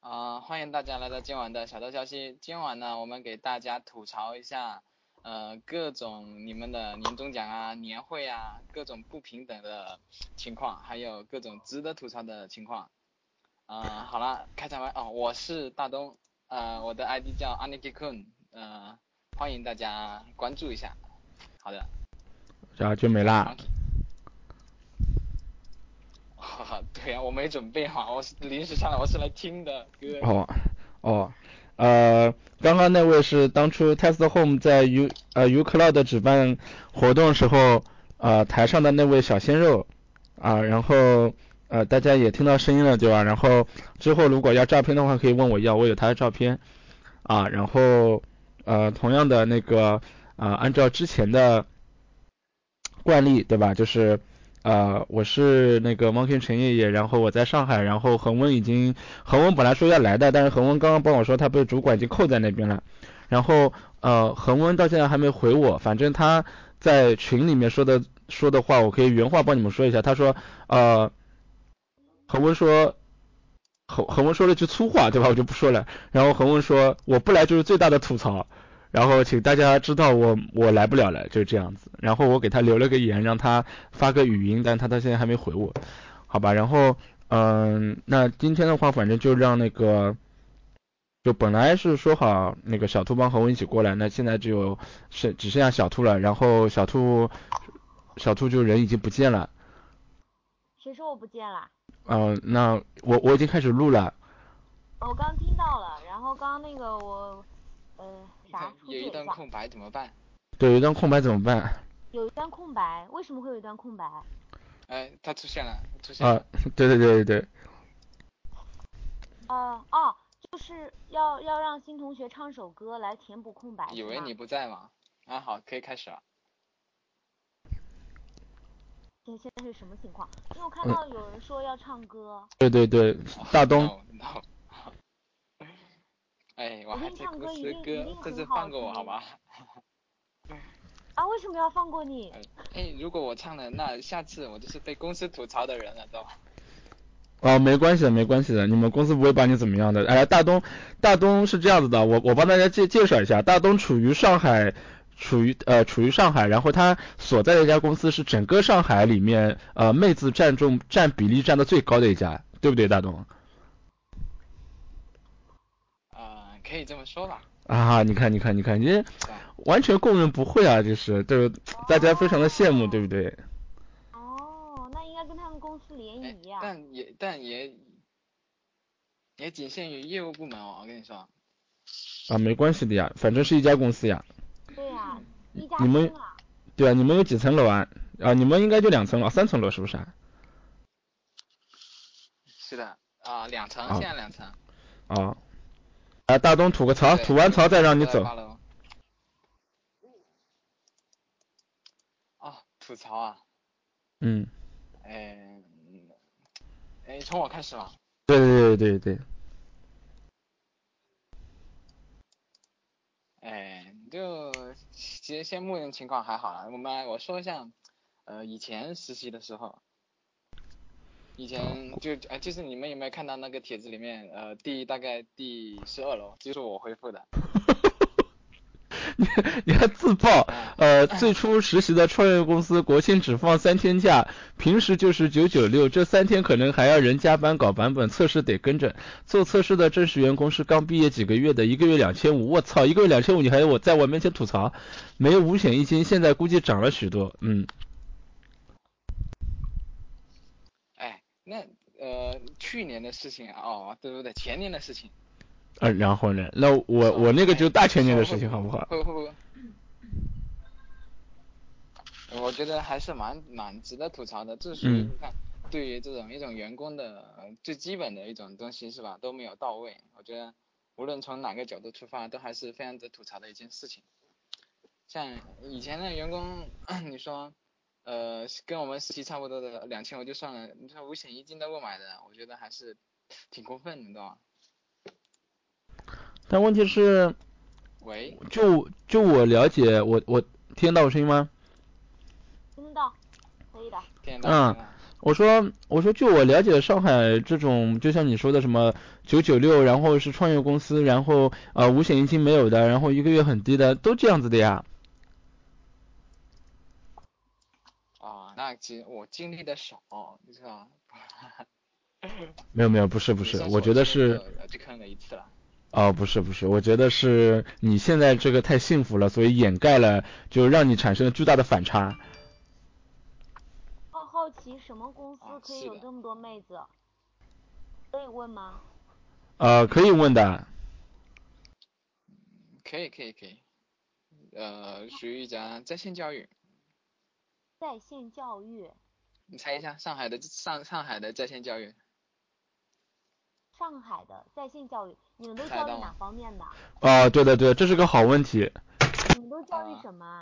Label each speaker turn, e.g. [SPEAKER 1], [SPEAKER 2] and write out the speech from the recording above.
[SPEAKER 1] 啊、欢迎大家来到今晚的小道消息。今晚呢，我们给大家吐槽一下，呃，各种你们的年终奖啊、年会啊，各种不平等的情况，还有各种值得吐槽的情况。啊、好了，开场白哦，我是大东，呃，我的 ID 叫 Aniki Kun，呃，欢迎大家关注一下。好的，
[SPEAKER 2] 然后就没啦。
[SPEAKER 1] 哈哈，对啊呀、我没准备好，我是临时上来，我是来听的歌。
[SPEAKER 2] 哦哦，呃，刚刚那位是当初 Test Home 在 U 呃 U Cloud 举办活动时候，呃台上的那位小鲜肉啊、然后呃大家也听到声音了对吧？然后之后如果要照片的话，可以问我要，我有他的照片啊。然后呃同样的那个呃按照之前的惯例对吧？就是呃，我是那个 Monkey 陈爷爷，然后我在上海，然后恒温已经，恒温本来说要来的，但是恒温刚刚帮我说他被主管已经扣在那边了，然后呃，恒温到现在还没回我，反正他在群里面说的说的话，我可以原话帮你们说一下，他说呃，恒温说。恒恒温说了句粗话，对吧？我就不说了。然后恒温说：“我不来就是最大的吐槽。”然后请大家知道我我来不了了，就这样子。然后我给他留了个言，让他发个语音，但他到现在还没回我，好吧。然后嗯、那今天的话，反正就让那个，就本来是说好那个小兔帮和我一起过来，那现在只有剩只剩下小兔了。然后小兔小兔就人已经不见了，
[SPEAKER 3] 谁说我不见了？
[SPEAKER 2] 嗯、那我我已经开始录了，
[SPEAKER 3] 哦我刚听到了，然后刚刚那个我，呃，啥？出
[SPEAKER 1] 有
[SPEAKER 3] 去
[SPEAKER 1] 一
[SPEAKER 3] 一
[SPEAKER 1] 段
[SPEAKER 3] 下，
[SPEAKER 1] 空白怎么办？
[SPEAKER 2] 对，有一段空白怎么办？
[SPEAKER 3] 有一段空白，为什么会有一段空白？
[SPEAKER 1] 哎，他出现了，出现了。
[SPEAKER 2] 啊，对对对对对，
[SPEAKER 3] 哦哦，就是要要让新同学唱首歌来填补空白。
[SPEAKER 1] 以为
[SPEAKER 3] 是吗
[SPEAKER 1] 你不在嘛？啊，好，可以开始了。
[SPEAKER 3] 现现在是什么情况？因为我看
[SPEAKER 2] 嗯
[SPEAKER 3] 到有人说要唱歌，
[SPEAKER 2] 对对对，大 东。
[SPEAKER 1] No, no. 哎，我
[SPEAKER 3] 我
[SPEAKER 1] 还
[SPEAKER 3] 跟你
[SPEAKER 1] 在
[SPEAKER 3] 唱
[SPEAKER 1] 公
[SPEAKER 3] 歌一
[SPEAKER 1] 司
[SPEAKER 3] 定一
[SPEAKER 1] 歌
[SPEAKER 3] 定，
[SPEAKER 1] 这
[SPEAKER 3] 很
[SPEAKER 1] 次
[SPEAKER 3] 好
[SPEAKER 1] 放过我好
[SPEAKER 3] 听
[SPEAKER 1] 吧？
[SPEAKER 3] 啊，为什么要放过你？
[SPEAKER 1] 哎，如果我唱了，那下次我就是被公司吐槽的人了，都。
[SPEAKER 2] 哦，没关系的，没关系的，你们公司不会把你怎么样的。哎，大东，大东是这样子的，我我帮大家介介绍一下，大东处于上海，处于呃处于上海，然后他所在的一家公司是整个上海里面呃妹子占重占比例占的最高的一家，对不对，大东？
[SPEAKER 1] 呃，可以这么说吧。
[SPEAKER 2] 啊，你看你看你看，你这
[SPEAKER 1] 对
[SPEAKER 2] 完全供认不讳啊，就是就是大家非常的羡慕，对不对？
[SPEAKER 3] 哦，那应该跟他们公司
[SPEAKER 1] 哎
[SPEAKER 3] 联谊啊呀、
[SPEAKER 1] 但也但也也仅限于业务部门哦，我跟你说。
[SPEAKER 2] 啊，没关系的呀，反正是一家公司呀，
[SPEAKER 3] 对呀、
[SPEAKER 1] 嗯
[SPEAKER 3] 一家
[SPEAKER 2] 你们
[SPEAKER 3] 亲啊。
[SPEAKER 2] 对啊，你们有几层楼啊？啊，你们应该就两层楼，三层楼是不是啊？
[SPEAKER 1] 是的。啊、两层，
[SPEAKER 2] 啊
[SPEAKER 1] 现在两层。
[SPEAKER 2] 哦，啊，大东吐个槽，
[SPEAKER 1] 对
[SPEAKER 2] 吐完槽再让你
[SPEAKER 1] 都在
[SPEAKER 2] 走
[SPEAKER 1] 八。楼。哦，吐槽啊，
[SPEAKER 2] 嗯，
[SPEAKER 1] 哎，嗯哎，从我开始吧。
[SPEAKER 2] 对对对对对，
[SPEAKER 1] 哎，就其实现目前情况还好啦。我们我说一下，呃，以前实习的时候，以前就呃，就是你们有没有看到那个帖子里面，呃，第大概第十二楼，就是我回复的。
[SPEAKER 2] 你你还自曝，
[SPEAKER 1] 啊
[SPEAKER 2] 呃，最初实习的创业公司国庆只放三天假，平时就是九九六，这三天可能还要人加班搞版本测试得跟着。做测试的正式员工是刚毕业几个月的，一个月两千五，我操，一个月两千五，你还要我在我面前吐槽，没五险一金，现在估计涨了许多。嗯，
[SPEAKER 1] 哎，那呃，去年的事情啊哦，对不对？前年的事情。
[SPEAKER 2] 呃，然后呢，那我我那个就大前年的事情好不好？
[SPEAKER 1] 会会不会？我觉得还是蛮蛮值得吐槽的，这属于
[SPEAKER 2] 嗯
[SPEAKER 1] 你看，对于这种一种员工的呃最基本的一种东西是吧，都没有到位。我觉得无论从哪个角度出发，都还是非常值得吐槽的一件事情。像以前的员工， 你说，呃，跟我们实习差不多的两千，我就算了，你说五险一金都不买的，我觉得还是挺过分的，你知道吗？
[SPEAKER 2] 但问题是。
[SPEAKER 1] 喂，
[SPEAKER 2] 就就我了解，我我听得到我声音吗？
[SPEAKER 3] 听得到，可以的。
[SPEAKER 1] 听得
[SPEAKER 2] 嗯
[SPEAKER 1] 到吗？
[SPEAKER 2] 我说我说，据我了解，上海这种就像你说的什么九九六，然后是创业公司，然后呃五险一金没有的，然后一个月很低的，都这样子的呀。
[SPEAKER 1] 啊，那其实我经历的少，你知道吗？
[SPEAKER 2] 没有没有，不是不
[SPEAKER 1] 你
[SPEAKER 2] 是，
[SPEAKER 1] 搜
[SPEAKER 2] 我
[SPEAKER 1] 索
[SPEAKER 2] 觉得。
[SPEAKER 1] 就是呃就坑了一次了。
[SPEAKER 2] 哦，不是不是，我觉得是你现在这个太幸福了，所以掩盖了，就让你产生了巨大的反差。
[SPEAKER 3] 好好奇什么公司
[SPEAKER 1] 啊
[SPEAKER 3] 可以
[SPEAKER 1] 是
[SPEAKER 3] 有
[SPEAKER 1] 的
[SPEAKER 3] 这么多妹子？可以问吗？
[SPEAKER 2] 呃，可以问的。
[SPEAKER 1] 可以可以可以，呃，属于一家在线教育，
[SPEAKER 3] 在线教育，
[SPEAKER 1] 你猜一下上海的上上海的在线教育，
[SPEAKER 3] 上海的在线教育，你们都
[SPEAKER 1] 海
[SPEAKER 3] 教育
[SPEAKER 1] 盗
[SPEAKER 3] 哪
[SPEAKER 1] 吗
[SPEAKER 3] 方面的？
[SPEAKER 2] 哦，对对对，这是个好问题。
[SPEAKER 3] 你们都教育
[SPEAKER 1] 啊
[SPEAKER 3] 什么啊？